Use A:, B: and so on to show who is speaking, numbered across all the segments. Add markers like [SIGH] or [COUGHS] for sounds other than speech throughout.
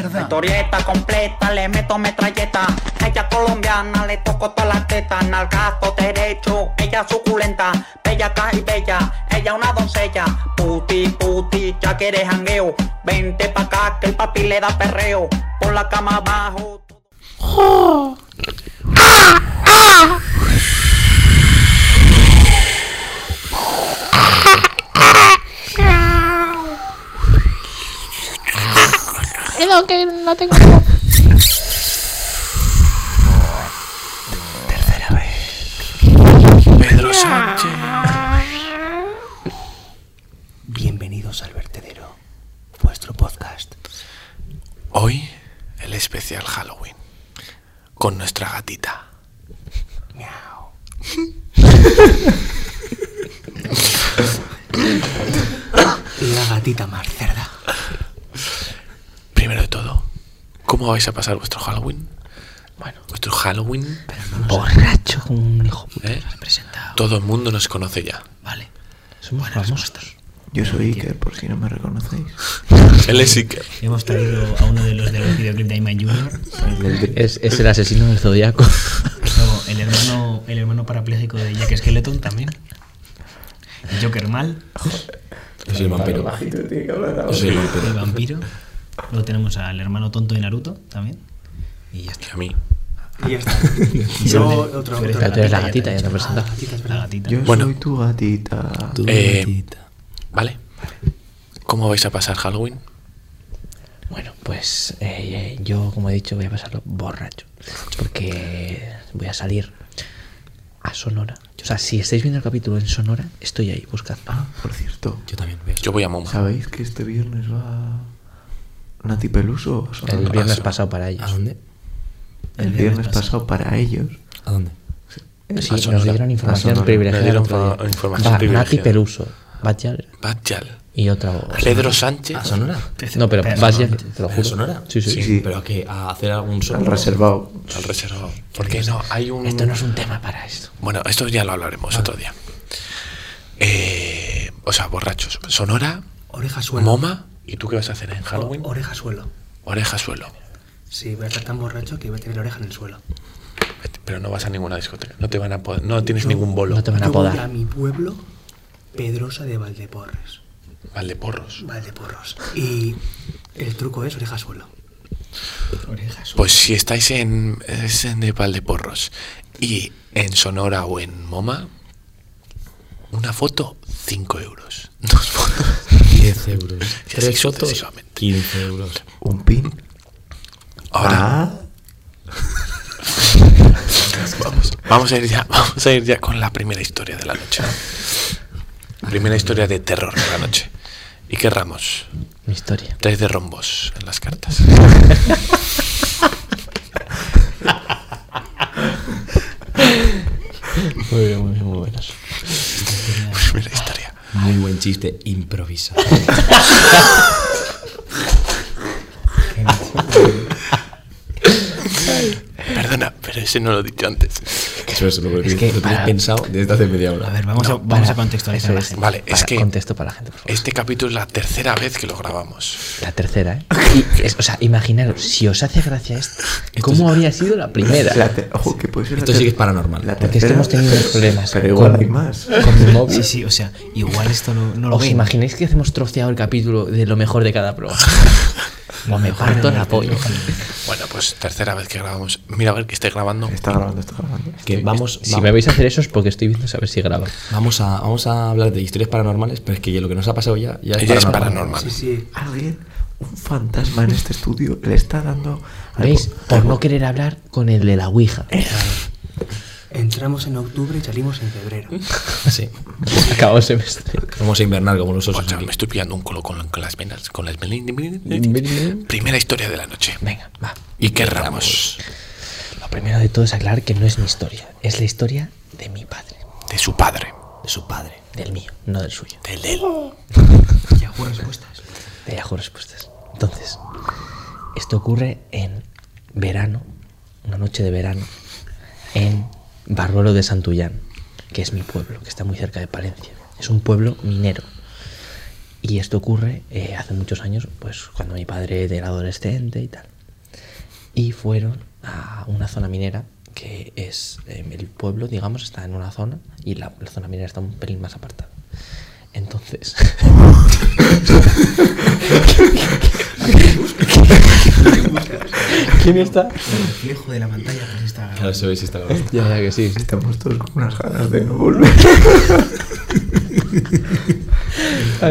A: Fuerza.
B: Historieta completa, le meto metralleta. Ella colombiana, le toco todas las tetas. Nalgazo derecho, ella suculenta. Bella caja y bella, ella una doncella. Puti, puti, ya que eres jangueo. Vente pa' acá que el papi le da perreo. Por la cama abajo.
C: No, que no tengo. Tercera vez. Pedro
D: Bienvenidos al vertedero, vuestro podcast.
E: Hoy el especial Halloween con nuestra gatita.
D: Miau. La gatita más cerda.
E: Primero de todo, ¿cómo vais a pasar vuestro Halloween? Bueno, vuestro Halloween.
D: Borracho. Un hijo puta
E: ¿eh?
D: presentado.
E: Todo el mundo nos conoce ya.
D: Vale. Somos famosos.
F: Yo soy Iker, por si no me reconocéis.
E: Él es Iker.
G: Hemos traído a uno de los del videoclip de Iman Junior,
D: Es, es el asesino del zodiaco.
G: luego el hermano, el hermano parapléjico de Jack Skeleton también, el Joker mal,
E: Es el vampiro. Es el vampiro.
G: el vampiro, luego tenemos al hermano tonto de Naruto también, y ya está.
E: Y a mí.
F: Y ya está. Y yo otro,
G: Tú eres
F: otro.
D: tú eres la
G: te
D: gatita,
G: he
D: ya te
G: dicho.
D: he presentado.
G: Ah, gatita, es verdad. La gatita.
F: Yo
E: Bueno.
F: soy tu gatita.
E: Eh, vale. ¿Cómo vais a pasar Halloween?
D: Bueno, pues eh, eh, yo, como he dicho, voy a pasarlo borracho. Porque voy a salir a Sonora. O sea, si estáis viendo el capítulo en Sonora, estoy ahí, buscadme.
F: Ah, Por cierto,
H: Yo también voy a
E: Yo voy a Moma.
F: ¿sabéis que este viernes va Nati Peluso? a Sonora?
D: el viernes pasado para ellos.
H: ¿A dónde?
F: El viernes pasado para ellos.
H: ¿A dónde?
D: Sí, nos
E: Sonora.
D: dieron
F: A
D: información
F: Sonora.
D: privilegiada.
E: Me dieron
D: el otro día.
E: fa- información
D: Va, Nati
E: privilegiada.
D: Peluso, Batllal
E: Batjal.
D: y otra voz.
E: Pedro Sánchez.
H: ¿A Sonora?
D: No, pero
G: Pero
D: Batllal,
G: no,
D: te lo
H: ¿A
D: juro.
H: Sonora?
D: Sí, sí.
F: Sí, sí.
H: Pero que a hacer algún
F: Al
H: solo.
F: reservado.
E: Al reservado. ¿Por qué no? Hay un.
D: Esto no es un tema para esto.
E: Bueno, esto ya lo hablaremos otro día. Eh, o sea, borrachos. Sonora,
H: Oreja
E: Moma. ¿Y tú qué vas a hacer en Halloween?
H: Oreja suelo.
E: Oreja suelo.
H: Sí, voy a estar tan borracho que voy a tener oreja en el suelo.
E: Vete, Pero no vas a ninguna discoteca. No te van a poder- No tienes ningún bolo.
D: No te van a
H: Yo voy a
D: podar.
H: mi pueblo, Pedrosa de Valdeporres.
E: Mal de porros.
H: Valdeporros. Y el truco es oreja suelo.
G: Orejas.
E: Pues si estáis en, es en de Valdeporros y en Sonora o en MoMA, una foto, 5 euros. [LAUGHS] Dos fotos.
H: 10 euros.
E: [LAUGHS] Sí,
H: Tres
E: sí,
H: sotos,
E: sucesivamente.
H: 15 euros.
F: Un pin.
E: Ahora
F: Ah,
E: vamos a, ir ya, vamos a ir ya con la primera historia de la noche. Primera historia de terror de la noche. Y que Ramos,
D: Mi historia.
E: tres de rombos en las cartas.
D: Muy bien, muy bien, muy buenas.
E: Primera historia.
H: Muy buen chiste, improvisa.
E: Perdona, pero ese no lo he dicho antes.
H: Eso es lo que,
D: Es que
H: lo tenías
D: para-
H: pensado desde hace media hora.
G: A ver, vamos, a, vamos a contextualizar a la gente.
E: Vale, es que-
D: Contesto para la gente, por favor.
E: Este capítulo es la tercera vez que lo grabamos.
D: La tercera, [LAUGHS] ¿eh? Y, es- o sea, imaginaros, si os hace gracia esto, ¿cómo habría sido la primera?
F: la te- ojo, que puede ser la
H: Esto sí que es
F: ter-
H: paranormal.
F: La
D: Porque es que
F: tercera,
D: hemos tenido unos problemas.
F: Pero igual
D: con-
F: hay más.
D: [LAUGHS] Con mi móvil.
G: Sí, sí, o sea, igual esto no, no lo
D: ¿Os
G: ven.
D: imagináis que hacemos troceado el capítulo de lo mejor de cada [LAUGHS] programa? o me parto la polla.
E: Bueno, pues tercera vez que grabamos. Mira a ver que esté grabando.
F: Está grabando, está grabando.
H: Que vamos,
D: Si
H: va-
D: me vais a hacer eso es porque estoy viendo saber si graba.
H: vamos, a, vamos a hablar de historias paranormales, pero es que lo que nos ha pasado ya,
E: [LAUGHS]
H: ya es
E: Ella es
H: paranormal.
E: paranormal.
F: Alguien, un fantasma en este estudio, le está dando. al
D: ¿Veis? Eh,
F: po-
D: Por
F: al
D: no querer hablar con el de la Ouija.
I: Entramos en octubre y salimos en febrero.
D: [LAUGHS]
H: Sí.
D: Acabó el semestre.
H: Vamos a invernar como
D: Pues,
H: los osos.
E: O sea,
H: aquí.
E: me estoy pillando un colo con, con las venas. Con las Primera historia de la noche.
D: Venga, va.
E: Y que Ramos.
D: Lo primero de todo es aclarar que no es mi historia. Es la historia de mi padre.
E: De su padre.
H: De su padre.
D: Del mío, no del suyo.
E: Del de él.
I: Yahoo respuestas.
D: De Yahoo Respuestas. Entonces, esto ocurre en verano, una noche de verano, en Barruelo de Santullán, que es mi pueblo, que está muy cerca de Palencia. Es un pueblo minero. Y esto ocurre eh, hace muchos años, pues cuando mi padre era adolescente y tal. Y fueron a una zona minera que es eh, el pueblo, digamos, está en una zona y la, la zona minera está un pelín más apartada. Entonces, [LAUGHS] ¿quién está?
G: El reflejo de la pantalla que se está grabando.
H: Ahora se ve si está [LAUGHS]
D: Ya, ya que sí.
F: Estamos todos con unas ganas de no volver.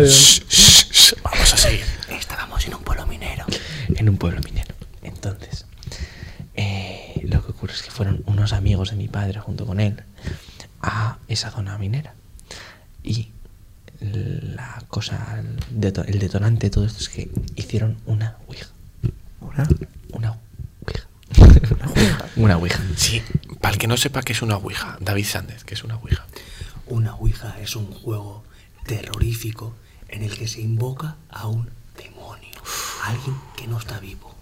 E: Shh, shh, shh, Vamos a seguir.
I: Estábamos en un pueblo minero.
D: en un pueblo minero. Entonces, eh, lo que ocurre es que fueron unos amigos de mi padre junto con él a esa zona minera. Y la cosa, el, deto- el detonante de todo esto es que hicieron una ouija.
F: Una.
D: Una ouija. [LAUGHS] una ouija.
E: Sí, para el que no sepa que es una ouija, David Sández, que es una ouija.
I: Una ouija es un juego terrorífico en el que se invoca a un demonio. A alguien que no está vivo.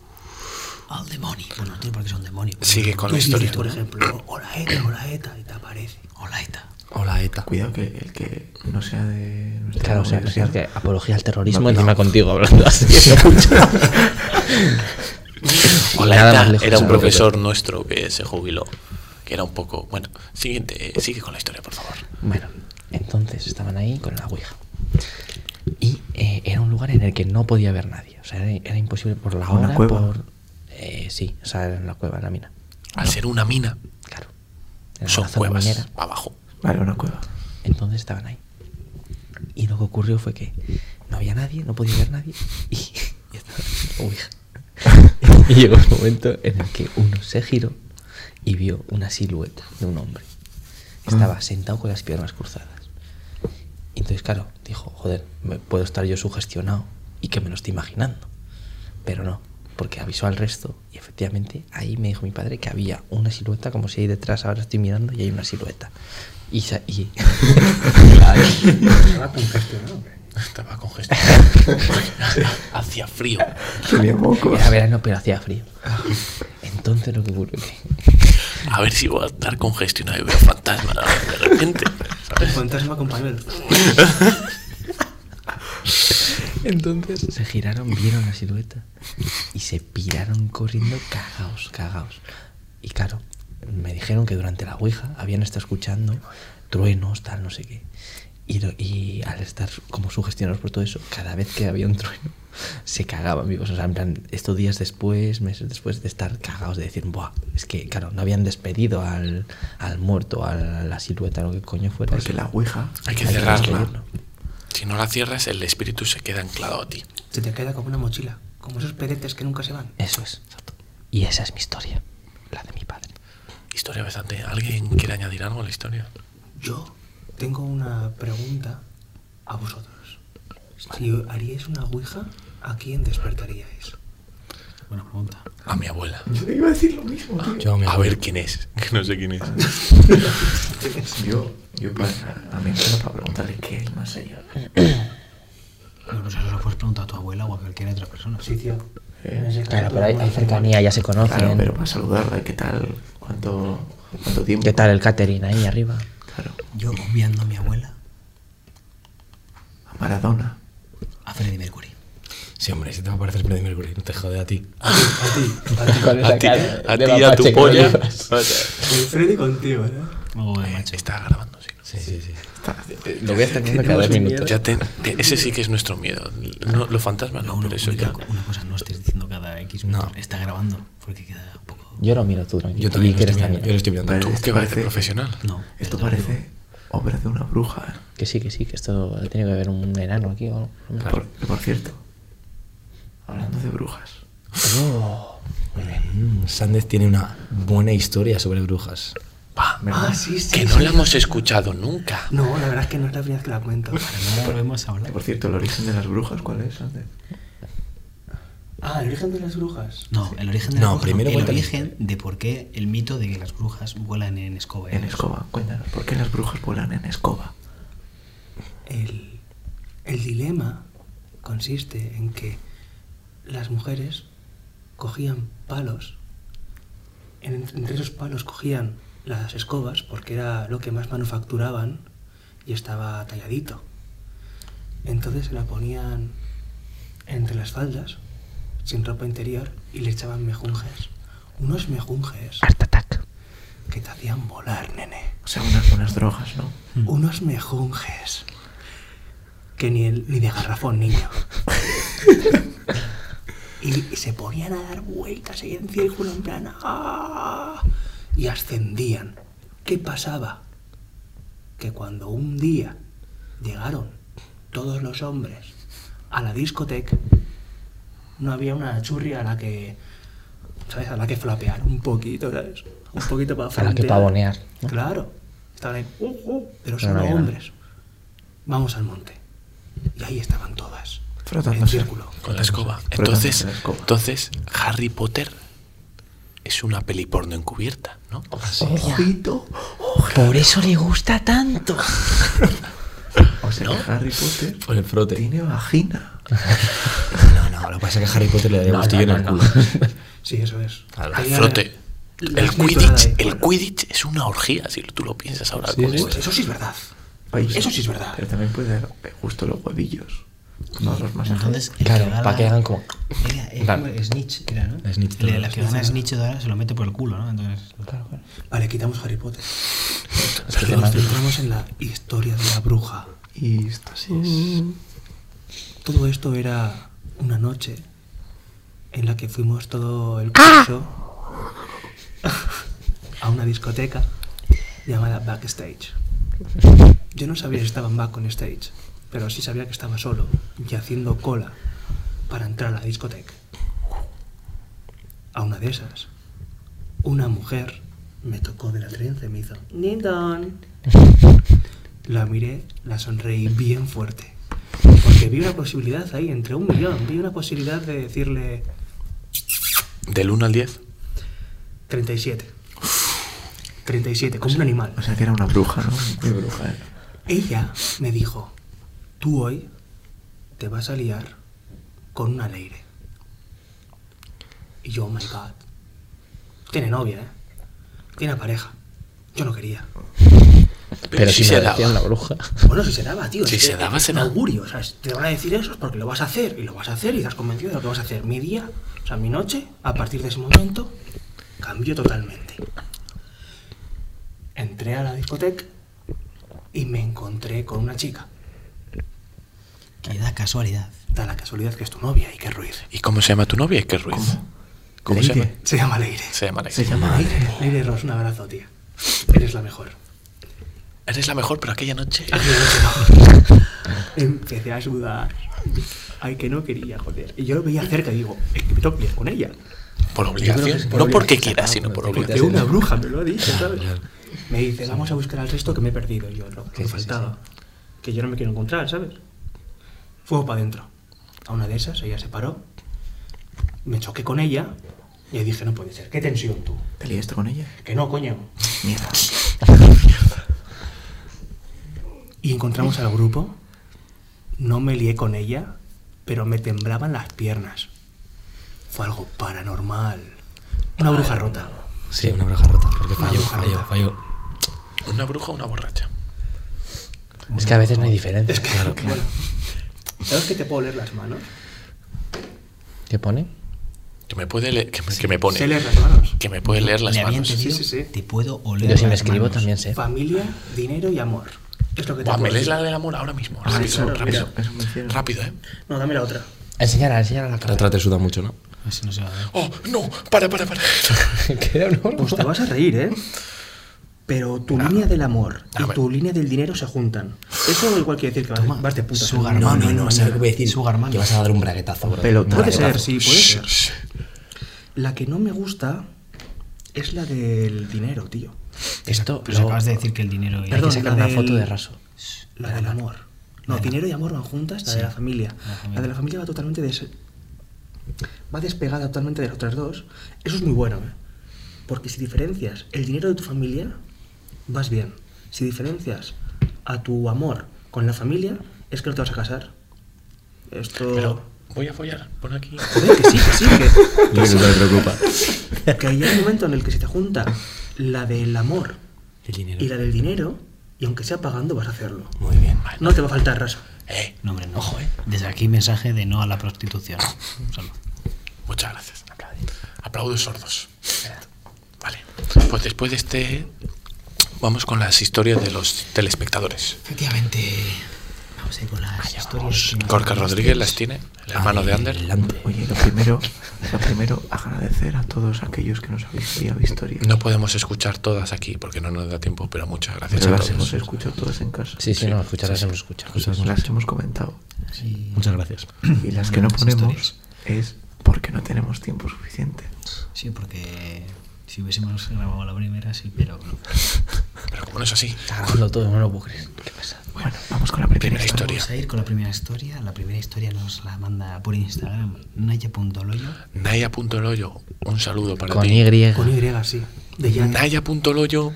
G: Al demonio. Bueno, no tiene por qué ser un demonio. pero-
E: Sigue con la
D: Pues
I: Tú
E: historia.
I: dices, por ejemplo, hola ETA, hola ETA, y te aparece.
G: Hola, Eta.
H: Hola, ETA.
F: Cuidado que el que no sea de. nuestra
D: Claro, o sea,
F: universidad-
D: pensar que apología al terrorismo
F: No,
D: encima
F: no.
D: contigo hablando así. [LAUGHS]
E: Hola,
D: Nada
E: Eta,
D: más lejos
E: era un
D: de lo que
E: profesor nuestro que se jubiló, que era un poco... Bueno, siguiente, eh, sigue con la historia, por favor.
D: Bueno, entonces estaban ahí con la Ouija. Y eh, era un lugar en el que no podía ver nadie. O sea, era, era imposible por la
F: ¿Una
D: hora,
F: cueva?
D: por... eh, sí, o sea, era en la cueva, en la mina.
E: Al ser una mina,
D: Claro. Era una
E: son
D: zona
E: cuevas
D: minera. [LAUGHS]
E: abajo.
F: Vale, una cueva.
D: Entonces estaban ahí. Y lo que ocurrió fue que no había nadie, no podía ver nadie. Y, [LAUGHS] y estaba la Ouija. Y llegó un momento en el que uno se giró y vio una silueta de un hombre. Estaba sentado con las piernas cruzadas. Y entonces, claro, dijo, joder, me puedo estar yo sugestionado y que me lo estoy imaginando. Pero no, porque avisó al resto y efectivamente ahí me dijo mi padre que había una silueta, como si ahí detrás ahora estoy mirando y hay una silueta. Y, sa- y- [LAUGHS]
E: Estaba congestionado.
D: [LAUGHS]
E: Hacía frío.
F: Tenía mocos.
D: era verano, pero hacía frío. Entonces lo que ocurre que
E: A ver si voy a estar congestionado y veo fantasma de repente.
I: El fantasma con pañuelo.
D: Entonces se giraron, vieron la silueta y se piraron corriendo cagaos, cagaos. Y claro, me dijeron que durante la Ouija habían estado escuchando truenos, tal, no sé qué. Y, lo- y al estar como sugestionados por todo eso, cada vez que había un trueno, se cagaban vivos. O sea, en plan, estos días después, meses después de estar cagados, de decir, buah, es que, claro, no habían despedido al, al muerto, a la silueta, lo que coño fuera.
F: Porque la ouija.
E: Hay que
D: Hay que
E: cerrarla.
D: despedirlo.
E: Si no la cierras, el espíritu se queda anclado a ti.
I: Se te queda como una mochila. Como esos peretes que nunca se van.
D: Eso es. Y esa es mi historia, la de mi padre.
E: Historia bastante. ¿Alguien quiere añadir algo a la historia?
I: Yo tengo una pregunta a vosotros. Si haríais una ouija, ¿a quién despertaríais?
G: Buena pregunta.
E: A mi abuela.
F: Yo iba a decir lo mismo, tío.
H: Yo me
E: A ver quién es. Que no sé quién es.
F: Yo, yo para, a mí no para preguntarle qué es más allá.
G: No, pues eso lo puedes preguntar a tu abuela o a cualquier otra persona.
I: Sí, tío. Eh,
D: Claro, pero hay, hay cercanía, ya se conocen.
F: Claro, pero para saludarla, ¿qué tal? ¿Cuánto, cuánto tiempo?
D: ¿Qué tal el catering ahí arriba?
F: Claro,
G: Yo obviando a mi abuela,
F: a Maradona.
G: a Freddie Mercury.
H: Sí, hombre, si te va a parecer Freddie Mercury, no te jode a ti.
D: [LAUGHS]
E: A ti, a ti y a tu polla. O [LAUGHS] sea,
I: Freddy contigo, ¿eh?
G: O de macho.
E: Está grabando, sí. ¿no? eh,
H: Sí, sí, sí.
D: Lo voy extendiendo cada 10 minutos.
E: Ya te- te- ese sí que es nuestro miedo. No, los fantasmas no,
G: No,
E: pero
G: no,
E: eso
G: una,
E: ya.
G: una cosa no estés diciendo cada X minutos. Está grabando, porque queda un poco...
D: Yo lo miro tú, tranquilo.
H: Yo también
D: Y
H: lo
D: que
H: estoy
D: eres
H: mirando. Yo
D: también.
H: lo estoy mirando.
F: Vale.
E: Tú
F: Esto
E: que parece
F: parece-
E: profesional.
G: No.
F: Esto parece obra de una bruja. ¿eh?
D: Que sí, que sí, que esto tiene que haber un enano aquí o algo.
F: Por, por cierto, hablando de brujas.
D: Oh,
H: Muy bien. Sández tiene una buena historia sobre brujas.
E: Va,
I: Ah, sí, sí.
E: que no
I: sí.
E: la hemos escuchado nunca.
I: No, la verdad es que no es la primera vez que la cuento.
G: No volvemos a hablar.
F: Por cierto, el origen de las brujas, ¿cuál es? Ander?
I: Ah, el origen de las brujas.
G: No, el origen de
H: No,
G: las brujas
H: primero
G: el
H: cuéntame.
G: origen de por qué el mito de que las brujas vuelan en escoba.
F: En escoba, cuéntanos, ¿por qué las brujas vuelan en escoba?
I: El, el dilema consiste en que las mujeres cogían palos, en- entre esos palos cogían las escobas porque era lo que más manufacturaban y estaba talladito. Entonces se la ponían entre las faldas, sin ropa interior, y le echaban mejunjes. Unos mejunjes
D: Art Attack.
I: que te hacían volar, nene.
F: O sea, unas, unas drogas, ¿no?
I: Unos mejunjes que ni, el, ni de garrafón,
D: [LAUGHS]
I: niño. y, y se ponían a dar vueltas ahí en círculo, en plan. ¡ah! Y ascendían. ¿Qué pasaba? Que cuando un día llegaron todos los hombres a la discoteca, no había una churri a la que. ¿Sabes? A la que flapear un poquito, ¿sabes? Un poquito para
D: A la que pavonear, ¿no?
I: Claro. Estaban ahí. "Uh, uh", pero
D: Pero no
I: solo
D: había nada.
I: hombres. Vamos al monte. Y ahí estaban todas. En
F: Frotándose.
I: círculo.
E: Con la escoba.
F: Frotándose
E: Entonces,
F: la escoba.
E: entonces, Harry Potter es una peli porno encubierta, ¿no?
F: Ojito.
D: Por eso le gusta tanto.
F: O sea, que Harry Potter
H: Por el frote.
F: tiene vagina.
H: No, no, lo que pasa es que a Harry Potter le daría gustillo en el culo.
I: Sí, eso es.
H: Al
I: Tenía
E: Frote.
I: la- la
E: El
I: escritura
E: Quidditch,
I: de-
E: el Quidditch es una orgía, si tú lo piensas ahora.
H: Sí,
E: con
H: sí.
E: esto.
I: Pues Eso sí es verdad.
F: Ay,
I: Eso sí es verdad.
F: Pero también puede dar eh, justo los huevillos. No los más
G: Pues Entonces, el
D: Claro,
G: que gana-
D: para que hagan como.
G: Era, eh,
D: Claro.
G: como Snitch, era, ¿no?
H: La Snitch,
G: Le-
H: claro.
G: la que gana Snitch ahora se lo mete por el culo, ¿no? Entonces,
I: Vale, quitamos Harry Potter. Nos centramos en la historia de la bruja.
F: Y esto sí
I: Todo esto era una noche en la que fuimos todo el curso a una discoteca llamada Backstage. Yo no sabía si estaba en Back on Stage, pero sí sabía que estaba solo y haciendo cola para entrar a la discoteca. A una de esas, una mujer me tocó de la trenza y me hizo "Nindon". La miré, la sonreí bien fuerte. Porque vi una posibilidad ahí, entre un millón, vi una posibilidad de decirle
E: Del 1 al 10.
I: 37. 37, como un animal.
F: es. O sea, que era una bruja, ¿no? Muy bruja. ¿eh?
I: Ella me dijo, tú hoy te vas a liar con una leire. Y yo, oh my god. Tiene novia, ¿eh? Tiene pareja. Yo no quería.
E: Pero,
D: Pero
E: sí
D: si
E: se
D: me decían la
E: daba.
D: bruja.
I: Bueno, si se daba, tío.
E: Si
I: es que
E: se daba,
I: es
E: se
I: un
E: daba.
I: augurio. O sea, es- te van a decir eso es porque lo vas a hacer. Y lo vas a hacer y estás convencido de lo que vas a hacer. Mi día, o sea, mi noche, a partir de ese momento, cambió totalmente. Entré a la discoteca y me encontré con una chica.
G: que da casualidad.
I: Da la casualidad que es tu novia, Iker Ruiz.
E: ¿Y cómo se llama tu novia, Iker Ruiz? ¿Cómo se
F: Leire.
E: llama?
I: Se llama Leire.
E: Se llama Leire.
F: Se llama Aire.
I: Leire Ross, un abrazo, tía. Eres la mejor.
E: Eres la mejor, pero aquella noche.
I: Ah, [LAUGHS] Empecé a sudar. Ay, que no quería, joder. Y yo lo veía cerca y digo, es que me tengo que liar con ella.
E: Por obligación.
D: por
E: No porque
D: obligación.
E: quieras, sino por
D: Porque
I: De
E: obligación.
I: una bruja me lo ha dicho, ¿sabes? Me dice, vamos a buscar al resto que me he perdido. Y yo, lo que me faltaba. Que yo no me quiero encontrar, ¿sabes? Fuego para adentro. A una de esas, ella se paró. Me choqué con ella. Y ahí dije, no puede ser. Qué tensión tú.
F: ¿Te liaste con ella?
I: Que no, coño.
F: Mierda.
I: Y encontramos al grupo. No me lié con ella, pero me temblaban las piernas. Fue algo paranormal. Una bruja rota.
H: Sí, una bruja rota. Porque
I: Una
H: falló,
I: bruja
H: falló,
I: rota.
H: falló.
E: Una bruja o una borracha.
D: Es que a veces no hay diferencia.
I: Claro, claro. ¿Sabes que te puedo leer las manos?
D: ¿Qué pone?
E: Que me puede leer. Que me, que me pone.
I: Sé leer las manos.
E: Que me puede leer las
G: Le había
E: manos.
G: entendido,
I: Sí, sí, sí.
G: te puedo oler
D: Yo si me
G: las
D: escribo
G: manos.
D: también sé.
I: Familia, dinero y amor. Es lo que te
E: Buah, me
I: puedo
E: lees
I: decir.
E: la del amor ahora mismo.
F: Ah,
E: Rápido,
F: eso,
E: rápido.
F: eso, eso me hicieron.
E: Rápido, ¿eh?
I: No, dame la otra.
D: Enseñala, enseñala la
H: La
D: cara.
H: otra te suda mucho, ¿no?
G: Así no se va a ver.
E: Oh, no, para, para, para.
D: Queda un
I: Pues te vas a reír, ¿eh? Pero tu línea del amor
E: A
I: y
E: ver.
I: tu línea del dinero se juntan. Eso igual quiere decir que vas- vas de puta.
G: Sugar
H: No, no, no,
G: no,
H: ¿sabes lo que voy a decir?
G: Sugar man.
H: Que vas a dar un braguetazo, bro.
F: Pelota.
I: Puede
F: Braguetazo.
I: ser, sí, puede ser. La que no me gusta es la del dinero, tío.
D: Esto
G: Pues
D: lo-
G: acabas de decir que el dinero
D: Hay
G: era...
I: Perdón,
D: que sacar una
I: la del-
D: foto de raso.
I: La del amor. No, dinero y amor van juntas, la de la familia. La de la familia va totalmente des... va despegada totalmente de las otras dos. Eso es muy bueno, ¿eh? Porque si diferencias el dinero de tu familia, vas bien. Si diferencias a tu amor con la familia, es que no te vas a casar. Esto.
E: Pero voy a follar. Pon aquí.
I: Joder, que sí, que sí, que.
H: Lo que no te preocupa.
I: que hay un momento en el que se te junta la del amor
H: El dinero.
I: y la del dinero, y aunque sea pagando, vas a hacerlo.
H: Muy bien.
I: No te va a faltar raso.
E: Eh,
G: No, hombre, no. Desde aquí, mensaje de no a la prostitución. Solo.
E: muchas gracias. Aplaudos sordos. Vale. Pues después de este, vamos con las historias de los telespectadores.
G: Efectivamente. Vamos a ir con las historias.
E: Gorka Rodríguez las tiene, el hermano de Ander.
H: Adelante.
F: Oye, lo primero, lo primero, agradecer a todos aquellos que nos habéis enviado historias.
E: No podemos escuchar todas aquí porque no nos da tiempo, pero muchas gracias
F: Pero
E: a
F: las hemos
E: todos.
F: escuchado todas en casa.
D: Sí, sí, no, escucharás, hemos escuchado.
F: Las hemos comentado.
G: Sí.
H: Muchas gracias.
F: Y las que no
G: Las
F: ponemos
G: historias.
F: es porque no tenemos tiempo suficiente.
G: Sí, porque si hubiésemos grabado la primera, sí, pero no.
E: Pero como no es así,
D: Sacándolo todo, no lo puedo creer. ¿Qué pasa?
F: Bueno, vamos con la primera,
E: primera
F: historia.
E: historia.
G: Vamos a ir con la primera historia. La primera historia nos la manda por Instagram, naya.loyo.
E: Naya.loyo, un saludo para
D: Con
E: ti.
D: Y.
I: Con Y, sí. De ya
E: Naya.loyo,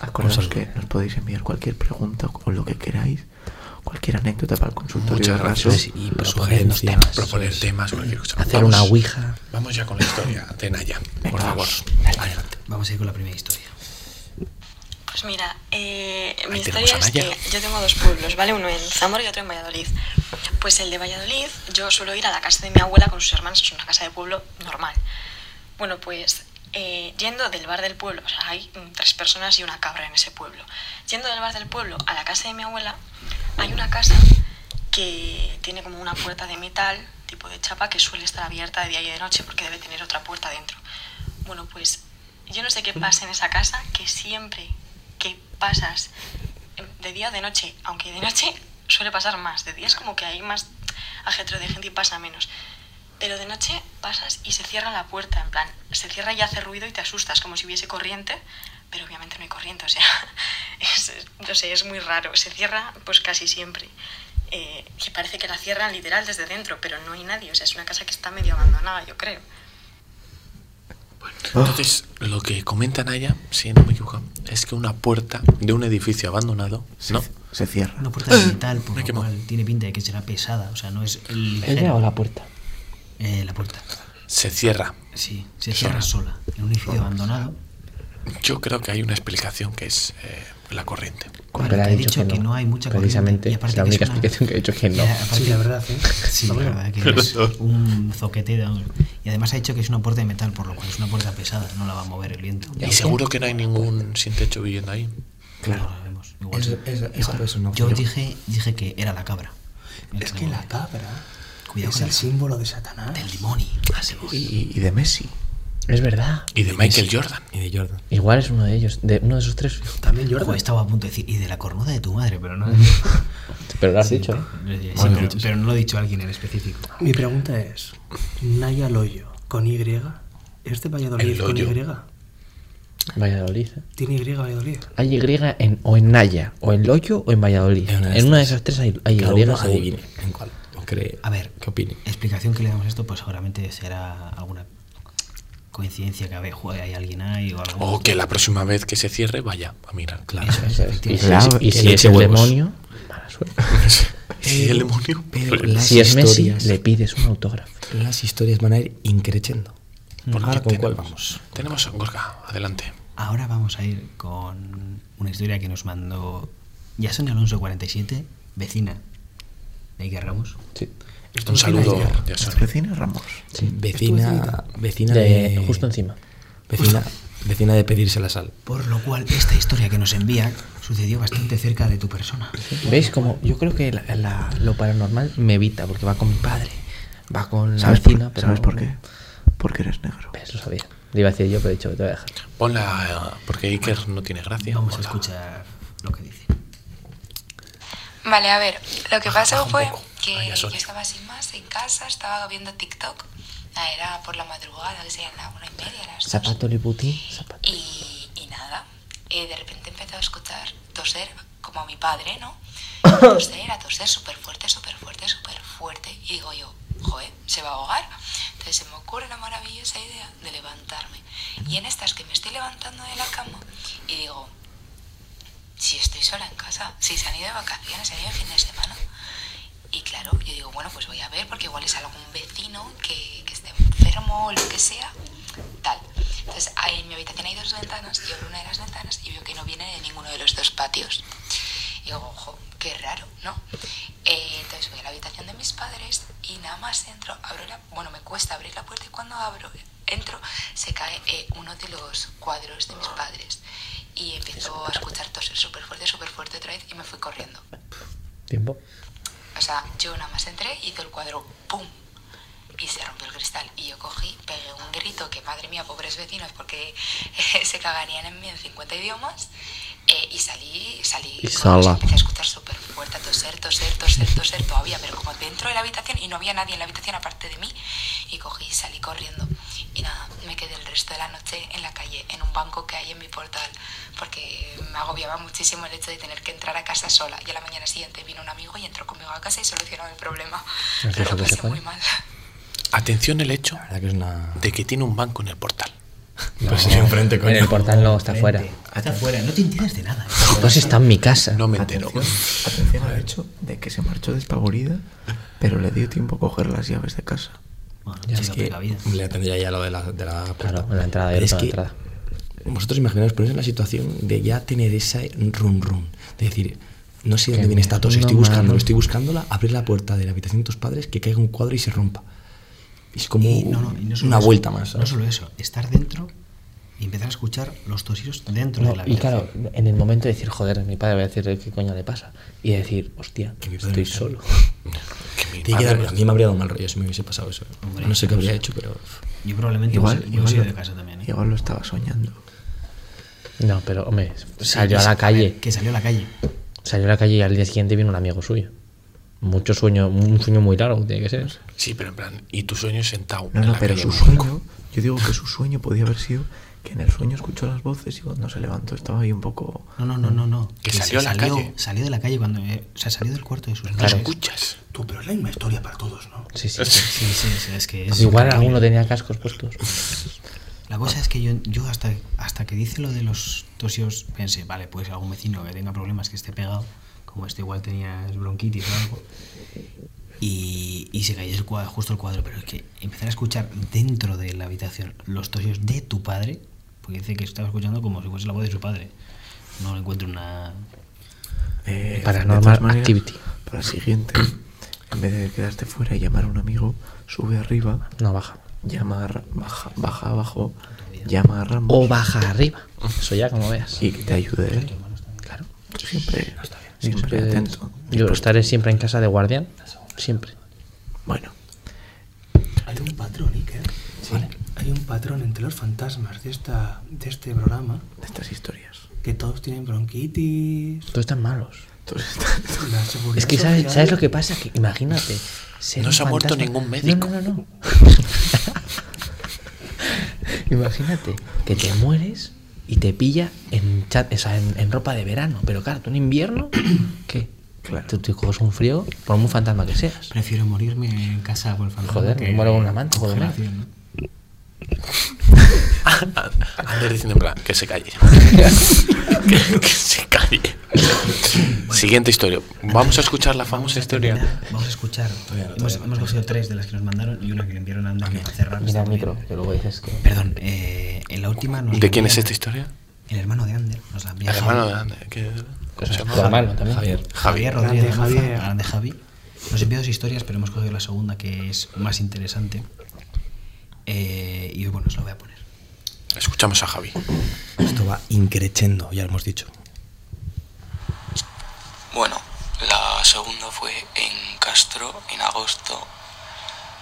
F: Acordaos que nos podéis enviar cualquier pregunta o lo que queráis. Cualquier anécdota para el consultorio.
E: Muchas
F: de Raso.
E: gracias.
D: Y proponernos temas.
E: proponer temas, cualquier cosa.
D: Hacer
E: Vamos-
D: una ouija.
E: Vamos ya con la historia de Naya, por favor. Adelante.
G: Vamos a ir con la primera historia.
A: Pues mira, eh, mi
E: Ahí tenemos
A: historia
E: a
A: es
E: Naya.
A: que yo tengo dos pueblos, ¿vale? Uno en Zamora y otro en Valladolid. Pues el de Valladolid, yo suelo ir a la casa de mi abuela con sus hermanos, es una casa de pueblo normal. Bueno, pues eh, yendo del bar del pueblo, o sea, hay mm, tres personas y una cabra en ese pueblo. Yendo del bar del pueblo a la casa de mi abuela, hay una casa que tiene como una puerta de metal, tipo de chapa, que suele estar abierta de día y de noche porque debe tener otra puerta dentro. Bueno, pues yo no sé qué pasa en esa casa, que siempre que pasas em, de día o de noche, aunque de noche suele pasar más, de día es como que hay más ajetreo de gente y pasa menos. Pero de noche pasas y se cierra la puerta, en plan, se cierra y hace ruido y te asustas, como si hubiese corriente, pero obviamente no hay corriente, o sea, [LAUGHS] es, es- no sé, es muy raro. Se cierra pues casi siempre. Eh, que parece que la cierran literal desde dentro, pero no hay nadie, o sea, es una casa que está medio abandonada, yo creo.
F: Oh,
E: Entonces, lo que comenta Naya, si no me equivoco, es que una puerta de un edificio abandonado, ¿no?
F: Se cierra.
G: Una puerta de metal, por
E: me he
G: lo
E: quemado.
G: cual tiene pinta de que será pesada, o sea, no es el
D: ¿Ella
G: ligero.
D: o la puerta?
G: Eh, la puerta.
E: Se cierra.
G: Sí, se cierra sola. En un edificio abandonado.
E: Yo creo que hay una explicación que es eh, la corriente.
G: Claro,
D: Pero
G: que
D: ha
G: ha dicho que no hay mucha corriente.
D: Precisamente,
G: Y
D: es
G: aparte
D: la
G: que es
D: única
G: una-
D: explicación que ha dicho que
G: [LAUGHS]
D: no.
G: Y aparte-
I: Sí, la verdad, ¿eh?
G: Sí, la verdad que es un zoquete. vamos. Y además ha dicho que es una puerta de metal, por lo cual es una puerta pesada, no la va a mover el viento.
E: Y seguro que no hay ningún sin techo viviendo ahí.
G: Claro. lo vemos. Igual
H: Eso,
G: sí.
H: eso, eso, eso no.
G: Yo dije, dije que era la cabra.
I: Es que la cabra
G: Cuidado
I: es
G: con
I: el
G: la-
I: símbolo de Satanás.
G: Del demonio. Ah, sí.
F: Y, y de Messi.
D: Es verdad.
E: Y de Michael Jordan.
H: Y de Jordan.
D: Igual es uno de ellos, de uno de esos tres. fijo.
I: También
G: Joder,
I: Jordan.
G: estaba a punto de decir, y de la cornuda de tu madre, pero no.
D: Pero lo has dicho. ¿eh?
G: Sí, pero, pero no lo ha dicho alguien en específico.
I: Mi pregunta es, Naya Loyo, con Y, ¿es de
E: El
I: Valladolid con
E: Loyo.
I: Y?
D: Valladolid. ¿eh?
I: ¿Tiene Y Valladolid?
D: Hay Y en, o en Naya, o en Loyo o en Valladolid.
H: En una de
D: En una de
H: estas.
D: esas tres hay, hay
H: Cada
D: Y.
H: uno
D: seguro.
H: adivine en cuál. ¿O cree?
G: A ver.
H: ¿Qué opine?
G: Explicación que le damos a esto, pues seguramente será alguna coincidencia que a ver, joder, hay alguien ahí o algo.
E: O que la próxima vez que se cierre vaya a mirar. Claro.
G: Eso es,
D: Y si,
G: efectivamente.
F: Claro,
D: y si
H: que
D: es
H: eche
D: el
H: huevos.
D: demonio, mala suerte.
E: [LAUGHS] Sí, el demonio.
H: Pero las
D: Si es Messi,
H: historias,
D: le pides un autógrafo.
H: las historias van a ir increciendo.
E: Porque
H: Ahora con cuál
E: tenemos-
H: vamos.
E: Tenemos a Gorka, adelante.
G: Ahora vamos a ir con una historia que nos mandó Jason Alonso 47, vecina de Iker Ramos.
D: Sí.
I: Esto
E: Un
I: lo tiene
E: saludo,
I: ayer.
E: Jason.
F: Las vecinas Ramos.
H: Vecina, vecina
D: De-
H: de,
D: justo encima.
H: Vecina, vecina de pedirse la sal.
G: Por lo cual, esta historia que nos envía sucedió bastante cerca de tu persona.
D: ¿Veis? Como yo creo que la- la- lo paranormal me evita, porque va con mi padre, va con la
F: ¿Sabes, por,
D: vecina, pero.
F: ¿Sabes por qué? Porque eres negro.
D: Ves, Pues lo sabía. Lo iba a decir yo, pero he dicho que te voy a dejar.
E: Ponla, eh, porque Iker no tiene gracia.
G: Vamos a
E: Ponla.
G: escuchar lo que dice.
J: Vale, a ver, lo que pasó
E: baja un
J: fue
E: poco. Ahí
J: que
E: a
J: yo
E: Sony.
J: estaba sin más en casa, estaba viendo TikTok, Ah, era por la madrugada, que serían la una y media, las dos.
D: Zapato Liputi,
J: Eh.
D: zapato.
J: Y, y nada, eh, de repente empezó a escuchar toser, como a mi padre, ¿no? Toser, a toser súper fuerte, súper fuerte, súper fuerte. Y digo yo, joder, se va a ahogar. Entonces se me ocurre la maravillosa idea de levantarme. Y en estas que me estoy levantando de la cama y digo, si estoy sola en casa, si se han ido de vacaciones, se han ido de fin de semana. Y claro, yo digo, bueno, pues voy a ver porque igual es algún vecino que, que esté enfermo o lo que sea, tal. Entonces, ahí en mi habitación hay dos ventanas, yo abro una de las ventanas y veo que no viene de ninguno de los dos patios. Y digo, ojo, qué raro, ¿no? Eh, entonces voy a la habitación de mis padres y nada más entro, abro la, bueno, me cuesta abrir la puerta y cuando abro, entro, se cae eh, uno de los cuadros de mis padres y empiezo a escuchar toser súper fuerte, súper fuerte otra vez y me fui corriendo.
D: Tiempo.
J: O sea, yo nada más entré, hizo el cuadro ¡pum! Y se rompió el cristal. Y yo cogí, pegué un grito que, madre mía, pobres vecinos, porque [LAUGHS] eh, se cagarían en mí en 50 idiomas. eh, y salí, salí.
D: Y
J: corriendo,
D: sala.
J: Empecé a escuchar súper fuerte, a toser, toser, toser, toser todavía, pero como dentro de la habitación y no había nadie en la habitación aparte de mí. Y cogí y salí corriendo. Y nada, me quedé el resto de la noche en la calle, en un banco que hay en mi portal, porque me agobiaba muchísimo el hecho de tener que entrar a casa sola. Y a la mañana siguiente vino un amigo y entró conmigo a casa y solucionó el problema. Pero
E: ¿Has dejado
J: lo
E: que se
J: pasé muy
E: apague?
J: mal.
E: Atención el hecho de que tiene un banco en el portal.
D: Pues en enfrente, coño. en el portal no, está
E: fuera.
G: Está fuera, no te enteras de nada. eh.
D: Pues está en mi casa.
E: No me entero.
F: Atención al hecho de que se marchó despavorida, pero le dio tiempo a coger las llaves de casa.
G: Ya
H: es que le tendría ya lo de la, de la puerta.
D: la entrada,
H: Pero
D: abierta
H: es
D: la
H: que
D: entrada.
H: Vosotros imaginaos poneros en la situación de ya tener ese run run. De decir, no sé dónde viene esta tos, estoy
D: mierda,
H: buscando,
D: mano.
H: estoy buscándola, abrir la puerta de la habitación de tus padres, que caiga un cuadro y se rompa. Es como
G: Y no, no, y no solo
H: una
G: eso,
H: vuelta más.
G: No
H: ¿sabes?
G: solo eso, estar dentro y empezar a escuchar los tosidos dentro
D: No,
G: de la eh.
D: y
G: habitación.
D: claro, en el momento de decir, joder, mi padre, voy a decir eh, qué coño le pasa. Y decir, hostia, estoy solo.
H: Tiene que
D: padre
H: dar-
D: no
H: a mí me habría dado mal rollo si me hubiese pasado eso.
G: Hombre,
H: no sé qué
G: no
H: habría
G: sé.
H: hecho, pero.
G: Yo probablemente
F: Igual,
G: hubiese-
F: igual,
G: hubiese
F: lo,
G: ido de casa también. ¿eh?
F: igual lo estaba soñando.
D: No, pero hombre,
G: Sí, que
D: salió a
G: sa-
D: la calle.
G: ver, que salió a la calle.
D: Salió a la calle y al día siguiente vino un amigo suyo. Mucho sueño, un sueño muy largo tiene que ser.
E: Sí, pero en plan, y tu sueño es sentado.
F: No,
E: en
D: Ah,
F: no,
E: la
F: pero
E: calle
F: su
E: en un banco.
F: sueño, yo digo que su sueño podía haber sido que en el sueño escuchó las voces y cuando se levantó estaba ahí un poco...
G: No, no, no, no. no.
E: Que
G: se
E: salió a la
G: salió,
E: calle.
G: Salió de la calle cuando. eh, o sea, salió del cuarto de sus
E: No
G: padres.
E: escuchas.
I: Tú, pero es la misma historia para todos, ¿no?
D: Sí, sí. sí.
G: Sí, sí, sí, es que es.
D: Igual
G: terrible.
D: alguno tenía cascos puestos.
G: La cosa es que yo, yo hasta, hasta que dice lo de los tosios pensé, vale, pues algún vecino que tenga problemas que esté pegado, como este igual tenía bronquitis o algo. Y, y se cayó el cuadro, justo el cuadro, pero es que empezar a escuchar dentro de la habitación los tosios de tu padre, porque dice que estaba escuchando como si fuese la voz de su padre. No le encuentro una...
F: Eh,
D: Paranormal
F: de todas maneras,
D: Activity.
F: Para la siguiente, en vez de quedarte fuera y llamar a un amigo, sube arriba,
D: No baja.
F: llama a Ra- baja, baja abajo, llama a Ramos
D: O baja arriba. Eso ya como veas.
F: y que te ayude él.
D: Claro.
F: Siempre, siempre
D: Siempre-
F: atento.
D: yo estaré siempre en casa de guardián. Siempre.
F: Bueno,
I: Hay un patrón, Iker. Vale. Hay un patrón entre los fantasmas de, esta, de este programa
F: de estas historias.
I: que todos tienen bronquitis.
D: Todos están malos.
F: Entonces, está-
I: La seguridad
D: Es que ¿sabes,
I: social-
D: ¿sabes lo que pasa? Que imagínate. ser
E: No
D: un
E: se ha muerto
D: fantasma-
E: ningún médico.
D: No, [LAUGHS] no, no. no. imagínate que te mueres y te pilla en, cha- o sea, en, en ropa de verano. Pero claro, tú en
H: [COUGHS]
D: invierno, ¿qué?
F: Claro.
D: Tú te coges un frío por muy fantasma que seas.
G: Prefiero morirme en casa con el fantasma.
D: Joder,
G: que
D: me muero con un amante, joder.
G: congelación, ¿no?
E: Ander diciendo en plan, que se calle. [LAUGHS] que, que se calle. Siguiente historia. Vamos a escuchar la famosa historia.
G: Vamos a escuchar. hemos, hemos cogido tres de las que nos mandaron y una que le enviaron a Ander que va a cerrar.
D: Mira
G: está
D: el
G: muy
D: micro,
G: bien.
D: que luego dices que.
G: Perdón, eh, en la última nos
E: ¿De
G: la
E: quién es
G: envían-
E: esta historia?
G: El hermano de Ander nos la envía.
E: El hermano de Ander. ¿qué- ¿Cómo se
D: Tu
E: llama?
D: hermano también.
H: Javier.
E: Javier.
G: Javier Rodríguez
I: Grande
G: Javier.
I: Javier.
G: grande Javi. Nos envió dos historias, pero hemos cogido la segunda que es más interesante. Eh, y bueno, os la voy a poner.
E: Escuchamos a Javi.
H: Esto va increchendo, ya lo hemos dicho.
K: Bueno, la segunda fue en Castro, en agosto,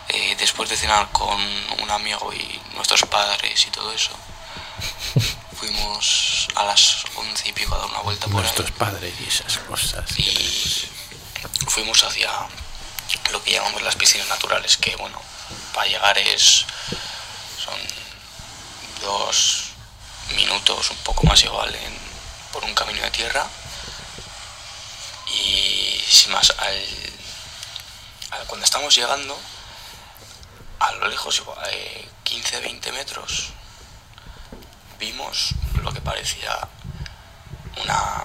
K: eh, después de cenar con un amigo y nuestros padres y todo eso. Fuimos a las once y pico a dar una vuelta por
E: Nuestros padres y esas cosas. que tenemos.
K: ahí. Fuimos hacia lo que llamamos las piscinas naturales, que bueno, para llegar es. son dos minutos, un poco más igual, en- por un camino de tierra. Y sin más, al, al- cuando estamos llegando, a lo lejos, igual, eh, 15-20 metros, vimos lo que parecía una,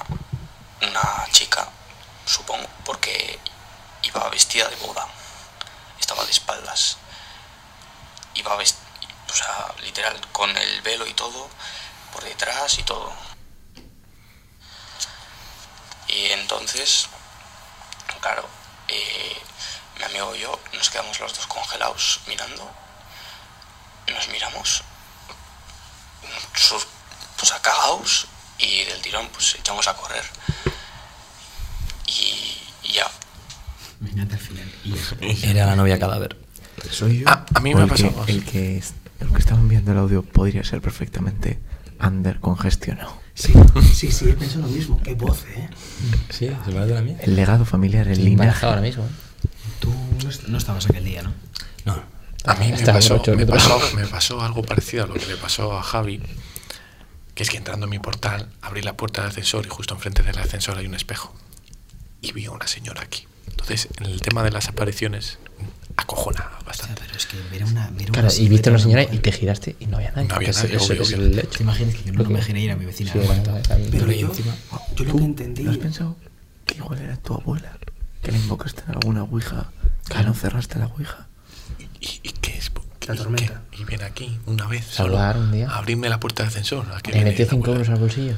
K: una chica, supongo, porque iba vestida de boda, estaba de espaldas, iba vestida, o sea, literal, con el velo y todo, por detrás y todo. Y entonces, claro, eh, mi amigo y yo nos quedamos los dos congelados mirando. Nos miramos, sus- pues acagados y del tirón pues echamos a correr. Y, y ya.
G: Me encanta el final.
H: Era la novia cadáver.
F: Soy yo.
E: Ah, a mí
F: ¿O
E: me
F: el
E: ha pasado
F: que-
E: más.
F: El que, es- el que estaba enviando el audio podría ser perfectamente under congestionado.
I: Sí, sí, sí, he pensado lo mismo. Qué voz, ¿eh?
H: Sí, se parece a la mía.
F: El legado familiar, el
H: Estoy
F: linaje.
H: embarazado ahora mismo.
D: ¿eh?
G: Tú no est- no estabas aquel día, ¿no?
H: No.
E: A mí me
D: Está
E: pasó,
D: borracho,
E: me,
D: ¿qué
E: pasó, me pasó algo parecido a lo que le pasó a Javi, que es que entrando en mi portal abrí la puerta del ascensor y justo enfrente del ascensor hay un espejo. Y vi a una señora aquí. Entonces, en el tema de las apariciones, acojona
G: Ah,
E: bastante.
G: Pero es que ver a una. ver a
D: Claro,
G: una
D: y viste
G: silueta
D: a una
G: de
D: señora
G: mujer.
D: y te giraste y no había nadie.
E: No había
D: que es-
E: nadie,
D: eso
E: obvio,
D: es
E: obvio.
D: el hecho.
G: ¿Te imaginas que yo no me imaginé ir a mi vecina
D: Sí,
G: al cuarto?
D: a- a- a-
I: Pero
H: Pero y
I: yo,
H: encima-
I: yo lo que entendí.
F: ¿No has pensado que igual era tu abuela? Que la invocaste en alguna ouija. Que no cerraste la ouija.
E: ¿Y, y qué es?
I: La
E: ¿Y qué?
I: tormenta.
E: Y ven aquí una vez.
D: Saludar un día.
E: Abrirme la puerta del ascensor. ¿a qué
D: ¿Te
E: viene
D: metió
E: la
D: 5
E: abuela?
D: euros al bolsillo?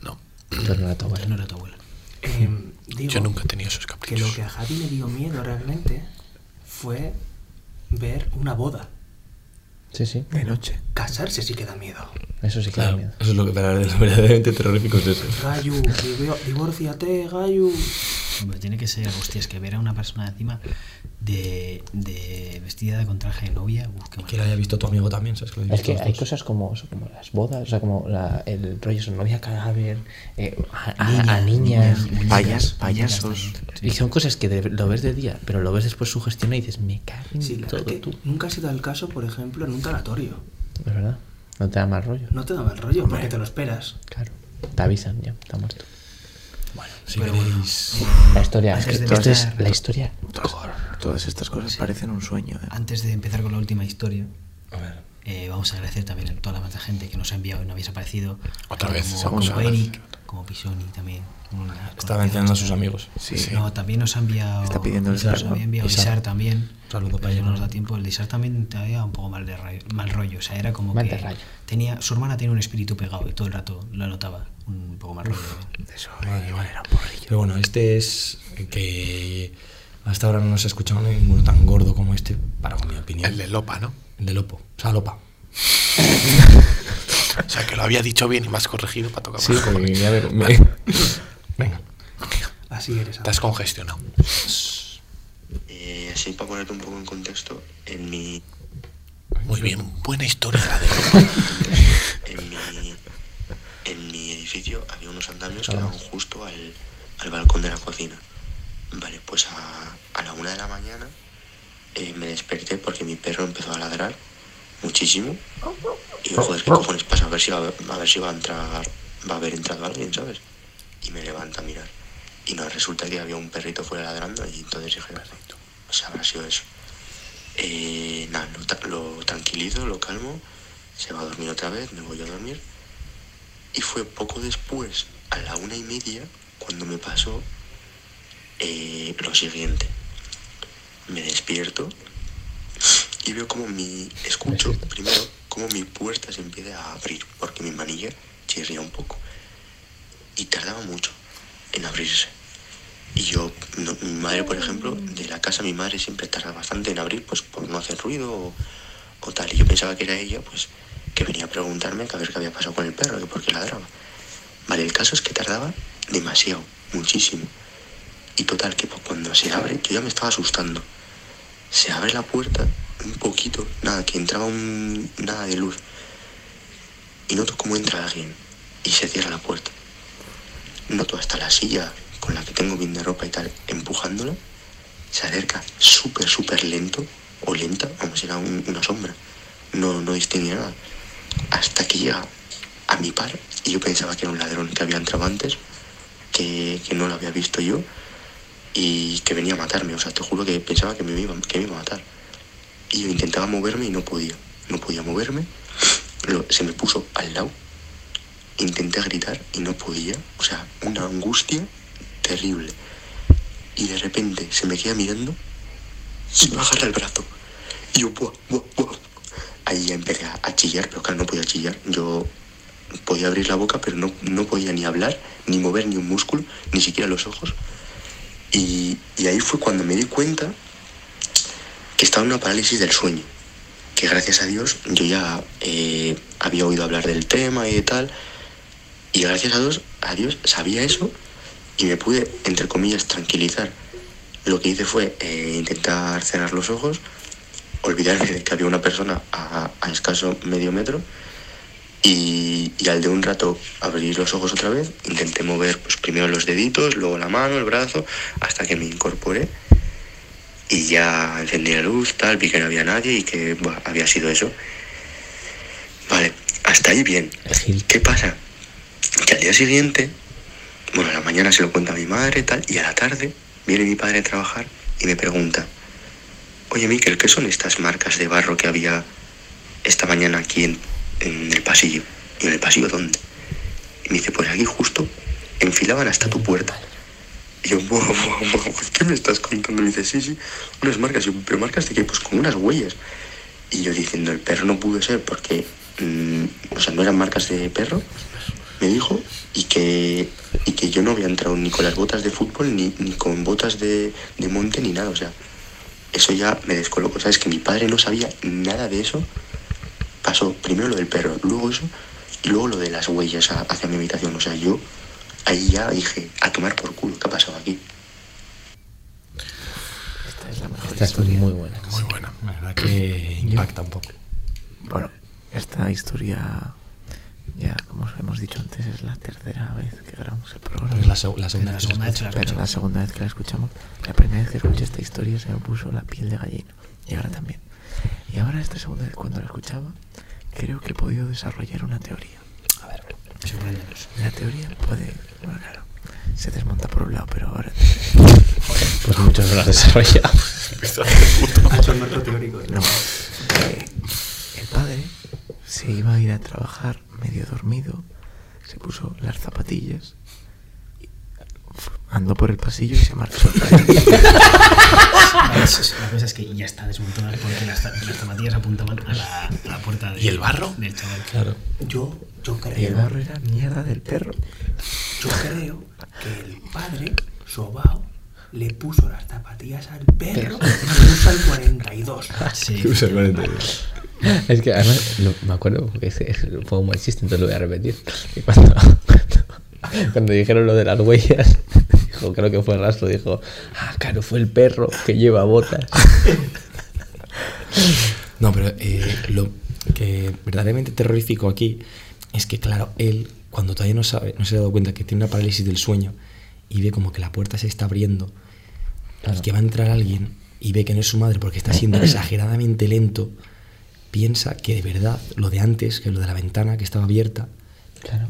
E: No,
D: Entonces no era ¿eh? tu abuela.
G: No era tu abuela.
I: em, digo
E: yo nunca he tenido esos
I: que lo
E: caprichos.
I: que a Javi le dio miedo realmente fue ver una boda.
D: Sí, sí.
F: De noche.
I: Casarse sí que da miedo.
D: Eso sí que da
H: Claro,
D: miedo.
H: eso es lo que verdaderamente terrorífico es eso.
I: Gayu, divo- divórciate, Gayu.
G: Hombre, tiene que ser, hostias, que ver a una persona encima de, de vestida con traje de novia. uf, qué
H: Y que lo haya visto tu amigo también, ¿sabes? Que lo haya
D: Es
H: visto
D: que
H: los
D: hay
H: dos.
D: cosas como, eso, como las bodas, o sea, como la- el rollo son novia cadáver, eh, a, a- a niñas.
G: Niñas,
F: Payas,
G: niñas
F: payasos.
G: también, sí.
D: Y son cosas que de- lo ves de día, pero lo ves después sugestiona y dices, me cago en
I: Sí, la
D: todo
I: verdad que
D: tú.
I: nunca se da el caso, por ejemplo, en un tanatorio.
D: Es verdad, no te da mal rollo.
I: No te da mal rollo porque te lo esperas.
D: Claro, te avisan ya, está muerto.
H: Si
G: Pero bueno,
H: queréis-
D: La historia, es
G: Antes
D: que
G: de
D: esto es
G: empezar-
D: la historia.
F: Todas, todas estas cosas parecen un sueño. ¿eh?
G: Antes de empezar con la última historia,
H: A ver.
G: eh, vamos a agradecer también a toda la más gente que nos ha enviado y no habéis aparecido.
E: Otra
G: Como-
E: vez,
G: Como,
E: vamos a ver.
G: Eric, como Pisoni también. una
H: Está
G: conocida
H: mencionando a
G: nuestra.
H: sus amigos.
F: Sí.
G: No, también nos ha enviado.
F: Está pidiendo el
G: nos
F: Isar, ¿no?
G: había enviado
H: Isar.
G: Isar también.
H: Un saludo para
G: pero
H: ella,
G: No
H: ¿no?
G: nos da tiempo. El de Isar también te había un poco mal, de rayo- mal rollo. O sea, era como
D: Mal
G: que.
D: de rayo.
G: Tenía, su hermana tenía un espíritu pegado y todo el rato lo notaba. Un poco mal rollo ¿eh? también.
F: Eso
H: Madre
F: igual
H: mía.
F: era un porrillo.
H: Pero bueno, este es que hasta ahora no nos ha escuchado ninguno tan gordo como este, para mi opinión.
E: El de Lopa, ¿no?
H: El de Lopo. O sea, Lopa.
E: O sea, que lo había dicho bien y más corregido para tocar. más.
H: porque ya me- me- [LAUGHS] Venga.
I: Así
H: pues,
I: eres.
H: ah.
E: Te has congestionado.
L: Eh, así para ponerte un poco en contexto, en mi,
E: Muy bien, buena historia
H: [LAUGHS]
E: la de Lopa.
L: en mi, en mi edificio había unos andamios que daban justo al, al balcón de la cocina. Vale, pues a, a la una de la mañana eh, me desperté porque mi perro empezó a ladrar muchísimo. Y yo, joder, ¿qué cojones pasa? A ver si va a, a ver si va a entrar, va a haber entrado alguien, ¿sabes? Y me levanta a mirar. Y no, resulta que había un perrito fuera ladrando y entonces dije, perfecto, o sea, habrá sido eso. Eh, nada, lo, ta- lo tranquilizo, lo calmo, se va a dormir otra vez, me voy a dormir. Y fue poco después, a la una y media, cuando me pasó eh, lo siguiente. Me despierto y veo como mi... Escucho primero como mi puerta se empieza a abrir, porque mi manilla chirría un poco. Y tardaba mucho en abrirse. Y yo, no- mi madre, por ejemplo, de la casa mi madre siempre tarda bastante en abrir, pues por no hacer ruido o, o tal. Y yo pensaba que era ella, pues, que venía a preguntarme que a ver qué había pasado con el perro, que por qué ladraba. Vale, el caso es que tardaba demasiado, muchísimo. Y total, que pa- cuando se abre, yo ya me estaba asustando. Se abre la puerta un poquito, nada, que entraba un, nada de luz. Y noto cómo entra alguien y se cierra la puerta noto hasta la silla con la que tengo bien de ropa y tal, empujándola, se acerca súper, súper lento, o lenta, como si era un- una sombra. No, no distinguía nada. Hasta que llega a mi par, y yo pensaba que era un ladrón que había entrado antes, que, que no lo había visto yo, y que venía a matarme. O sea, te juro que pensaba que me iba, que me iba a matar. Y yo intentaba moverme y no podía. No podía moverme. Lo- se me puso al lado intenté gritar y no podía, o sea, una angustia terrible. Y de repente se me queda mirando y me agarra el brazo. Y yo, buah, buah, buah. Ahí ya empecé a, a chillar, pero claro, no podía chillar. Yo podía abrir la boca, pero no, no podía ni hablar, ni mover ni un músculo, ni siquiera los ojos. Y, y ahí fue cuando me di cuenta que estaba en una parálisis del sueño. Que gracias a Dios yo ya eh, había oído hablar del tema y de tal. Y gracias a Dios, a Dios sabía eso y me pude, entre comillas, tranquilizar. Lo que hice fue eh, intentar cerrar los ojos, olvidarme de que había una persona a, a escaso medio metro y, y al de un rato abrí los ojos otra vez, intenté mover pues, primero los deditos, luego la mano, el brazo, hasta que me incorporé y ya encendí la luz, tal, vi que no había nadie y que buah, había sido eso. Vale, hasta ahí bien. ¿Qué pasa? Que al día siguiente, bueno, a la mañana se lo cuenta a mi madre, tal, y a la tarde viene mi padre a trabajar y me pregunta, oye Miquel, ¿qué son estas marcas de barro que había esta mañana aquí en, en el pasillo? ¿Y en el pasillo dónde? Y me dice, pues aquí justo enfilaban hasta tu puerta. Y yo, "Buah, buah, buah, ¿qué me estás contando? Y me dice, sí, sí, unas marcas. Y yo, ¿pero marcas de qué? Pues con unas huellas. Y yo diciendo, el perro no pudo ser porque, mm, o sea, no eran marcas de perro, me dijo, y que, y que yo no había entrado ni con las botas de fútbol, ni, ni con botas de, de monte, ni nada. O sea, eso ya me descolocó. ¿Sabes? Que mi padre no sabía nada de eso. Pasó primero lo del perro, luego eso, y luego lo de las huellas a- hacia mi habitación. O sea, yo ahí ya dije, a tomar por culo, ¿qué ha pasado aquí?
F: Esta es la mejor
D: Esta es muy buena.
E: Muy buena.
G: La verdad que impacta un poco.
F: Bueno, esta historia, ya como os hemos dicho antes, es la tercera vez que grabamos el programa.
G: Es la seg- la segunda
F: Pero
G: vez que la escucho.
F: Pero la segunda vez que la escuchamos. La primera vez que escuché esta historia se me puso la piel de gallina. Y ahora también. Y ahora esta segunda vez cuando la escuchaba, creo que he podido desarrollar una teoría.
G: A ver, sorpréndenos.
F: La teoría puede, bueno claro, se desmonta por un lado, pero ahora...
D: Pues muchos no las desarrollamos.
F: No. Eh, El padre se iba a ir a trabajar medio dormido, se puso las zapatillas, andó por el pasillo y se [LAUGHS] marchó.
G: A ver, eso es- La cosa es que ya está desmontada porque las, ta- las zapatillas apuntaban a la, a la puerta de-
E: ¿Y el barro?
G: del chaval.
D: Claro.
I: Yo, yo creo.
F: Y el barro era mierda del perro.
I: Yo creo que el padre, Sobao, le puso las zapatillas al perro y usa el 42.
E: Ah.
H: [LAUGHS]
G: Sí.
H: Usa el 42.
D: [LAUGHS] Es que además lo- me acuerdo porque es que fue un buen chiste, entonces lo voy a repetir. Y cuando, [LAUGHS] cuando, cuando dijeron lo de las huellas, [LAUGHS] dijo, creo que fue Rastro, dijo, ah, claro, fue el perro que lleva botas.
H: No, pero eh, lo que verdaderamente terrorífico aquí es que, claro, él, cuando todavía no sabe, no se ha dado cuenta que tiene una parálisis del sueño y ve como que la puerta se está abriendo y que va a entrar alguien y ve que no es su madre porque
E: [CLEARS THROAT]
H: está siendo exageradamente lento, piensa que de verdad lo de antes, que lo de la ventana que estaba abierta,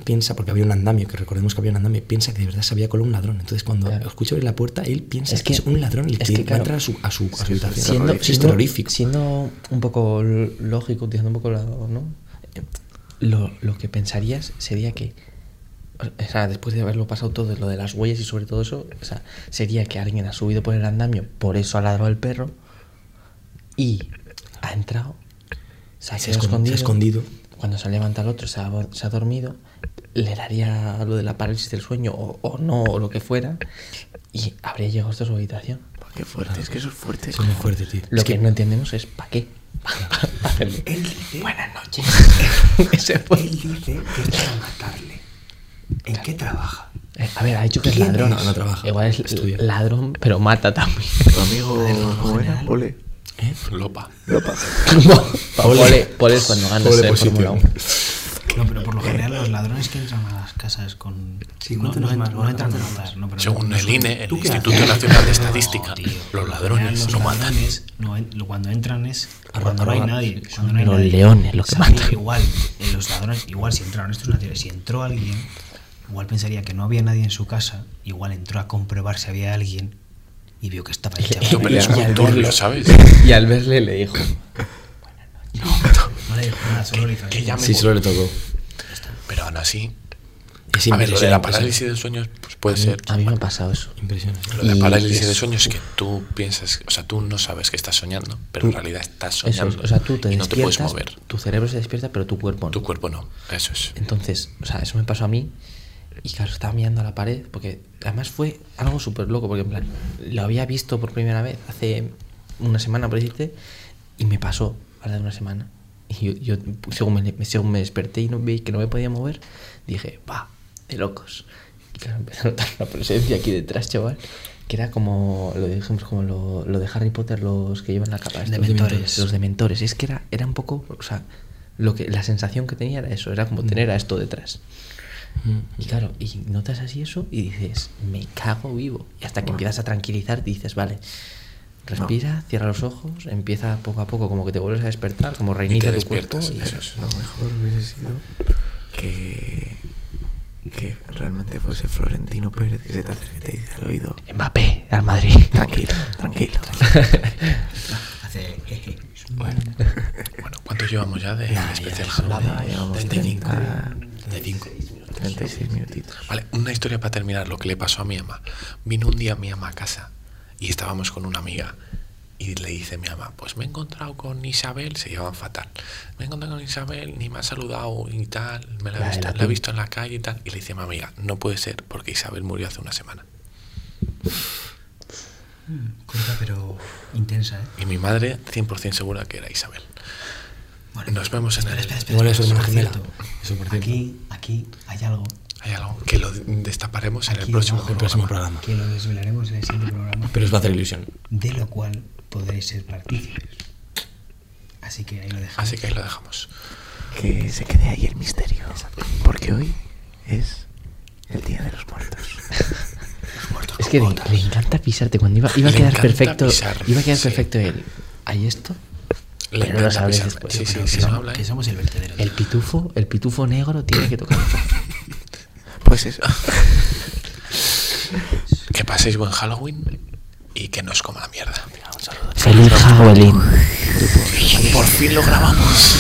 H: piensa, porque había un andamio, que recordemos que había un andamio, piensa que de verdad se había colado un ladrón. Entonces, cuando escucha abrir la puerta, él piensa
D: Es
H: que,
D: que-
H: es un ladrón el que,
D: es que,
H: va a
D: claro,
H: entrar a su, a su, a su habitación.
D: Siendo,
H: es
D: siendo-
H: terrorífico.
D: siendo un poco l- lógico, utilizando un poco la- ¿no? Lo, lo que pensarías sería que, o sea, después de haberlo pasado todo, lo de las huellas y sobre todo eso, o sea, sería que alguien ha subido por el andamio, por eso ha ladrado el perro y ha entrado, se ha
H: Se ha
D: quedado
H: escon- se ha
D: escondido,
H: escondido.
D: Cuando se levanta el otro, se ha, bo- se ha dormido, le daría lo de la parálisis del sueño o, o no, o lo que fuera, y habría llegado hasta su habitación.
F: Qué fuerte, es que eso es fuerte.
H: Es muy fuerte, tío.
D: Lo
H: Es
D: que,
H: que-
D: no entendemos es ¿para qué? [LAUGHS]
I: Él dice,
D: Buenas noches. [LAUGHS] Ese fue.
I: él dice que es para matarle. ¿En qué trabaja?
D: Eh, A ver, ha dicho que es
I: ¿Quién
D: ladrón.
I: es? No, no
H: trabaja,
D: Igual es
H: estudia.
D: ladrón, pero mata [LAUGHS] también.
F: Tu amigo, ¿cómo era? Pole.
E: Lopa.
D: Pole, Pole, es cuando ganas
H: Pole
D: eh,
H: position.
D: Fórmula 1.
G: No, pero por lo general los ladrones que entran a las casas con...
I: Sí,
G: no,
I: cuéntanos
G: no,
I: más,
G: entran- no
I: Borja,
G: entran a
I: cuéntanos
G: matar. No, pero
E: Según
G: no
E: el
G: son-
E: INE, el
G: ¿Tú qué
E: Instituto
G: haces?
E: Nacional de
G: No,
E: Estadística,
G: tío,
E: los
G: por lo
E: ladrones
G: general los
E: no matan.
G: ladrones no en- lo- cuando entran es
H: A ro-
G: cuando
H: a
G: no hay
H: robar.
G: nadie.
H: Son
G: Cuando no hay
D: los
G: nadie.
D: leones los que
G: Sabía
D: matan.
G: Igual, eh, los ladrones, igual si entraron estos nacionales, si entró alguien, igual pensaría que no había nadie en su casa, igual entró a comprobar si había alguien y vio que estaba
D: [LAUGHS]
G: el chaval.
E: Yo, pero es
D: Y al
E: muy turbio,
D: verlo-
E: ¿sabes?
D: [LAUGHS] Y al verle le dijo.
G: No le dijo nada, solo le hizo
E: Que
G: así.
E: ya me
H: Sí,
E: voy.
H: solo le tocó.
E: Pero aún así,
H: Es
E: a ver, lo de la
H: impresionante.
E: parálisis del sueño pues puede ser.
D: A mí me ha pasado eso.
H: Impresionante.
E: Lo de la
D: Y
E: parálisis del
D: es-
E: sueño es que tú piensas, o sea, tú no sabes que estás soñando, pero en realidad estás
D: Eso es,
E: soñando.
D: o sea, tú te
E: y no te puedes
D: despiertas,
E: mover.
D: tu cerebro se despierta, pero tu cuerpo no.
E: Tu cuerpo no. Eso es.
D: Entonces, o sea, eso me pasó a mí Y claro, estaba mirando a la pared, porque además fue algo súper loco, porque en plan, lo había visto por primera vez hace una semana, por decirte, y me pasó ahora de una semana. Y yo, yo, según, me, según me desperté y no, vi que no me podía mover, dije, va, de locos. Y claro, empecé a notar una presencia aquí detrás, chaval, que era como, lo dijimos, como lo, lo de Harry Potter, los que llevan la capa. estos,
G: Dementores.
D: Los dementores. Es que era, era un poco, o sea, lo que, la sensación que tenía era eso, era
E: Mm.
D: como tener a esto detrás. Y claro, y notas así eso y dices, me cago vivo. Y hasta que empiezas a tranquilizar, dices, vale, respira, cierra los ojos, empieza poco a poco, como que te vuelves a despertar, como reinicia tu cuerpo.
E: despiertas,
D: y-
E: eso
H: [LAUGHS]
E: es.
F: Lo mejor hubiese sido que, que realmente fuese Florentino Pérez que se te acerque y te dice al oído.
D: Mbappé,
E: [LAUGHS]
D: al Madrid.
F: Tranquilo, tranquilo.
G: Hace jeje.
E: Bueno, bueno ¿cuánto llevamos ya de
F: Ya,
E: especial
F: ya,
E: Halloween?
F: ya llevamos
E: 35.
F: 30.
E: 35.
F: 36 minutitos.
E: Vale, una historia para terminar, lo que le pasó a mi ama. Vino un día mi ama a casa y estábamos con una amiga y le dice mi ama, pues me he encontrado con Isabel, se llevaban fatal, me he encontrado con Isabel, ni me ha saludado y tal, me la,
D: La
E: he
D: del
E: visto, la he
D: atún.
E: visto en la calle y tal. Y le dice mi amiga, no puede ser porque Isabel murió hace una semana.
G: "Mm, Corta pero intensa, ¿eh?
E: Y mi madre 100% segura que era Isabel.
G: Bueno,
E: Nos vemos en el...
G: espera, espera, espera.
H: Igual es
G: espera,
H: una
G: por
H: gemela.
G: cierto,
H: Eso por cierto.
G: Aquí, aquí hay algo
E: Hay algo que lo destaparemos en el
G: Aquí
E: próximo programa.
G: debajo.
H: El próximo programa.
G: que lo desvelaremos en el siguiente programa,
H: Pero os va a hacer ilusión.
G: de lo cual podréis ser partícipes. Así que ahí lo dejamos.
E: Así que ahí lo dejamos.
F: Que se quede ahí el misterio. Porque hoy es el Día de los Muertos.
D: Es que le, le encanta pisarte cuando iba, iba a
E: Le
D: quedar
E: encanta
D: perfecto.
E: pisar,
D: iba a quedar
E: sí.
D: perfecto él. ¿Hay esto?
E: Le
D: Pero no
E: encanta
D: lo sabes
E: pisarme.
D: después.
E: Sí,
G: Pero
E: sí,
G: que
E: sí,
G: somos-
E: no habla, ¿eh?
G: Que somos el vertedero.
D: El pitufo, el pitufo negro tiene que tocar.
F: Pues eso.
E: Que paséis buen Halloween y que no os coma la mierda.
D: Feliz Javelin.
E: Por fin lo grabamos.